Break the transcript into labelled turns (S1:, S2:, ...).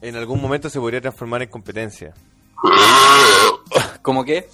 S1: en algún momento se podría transformar en competencia.
S2: ¿Cómo qué?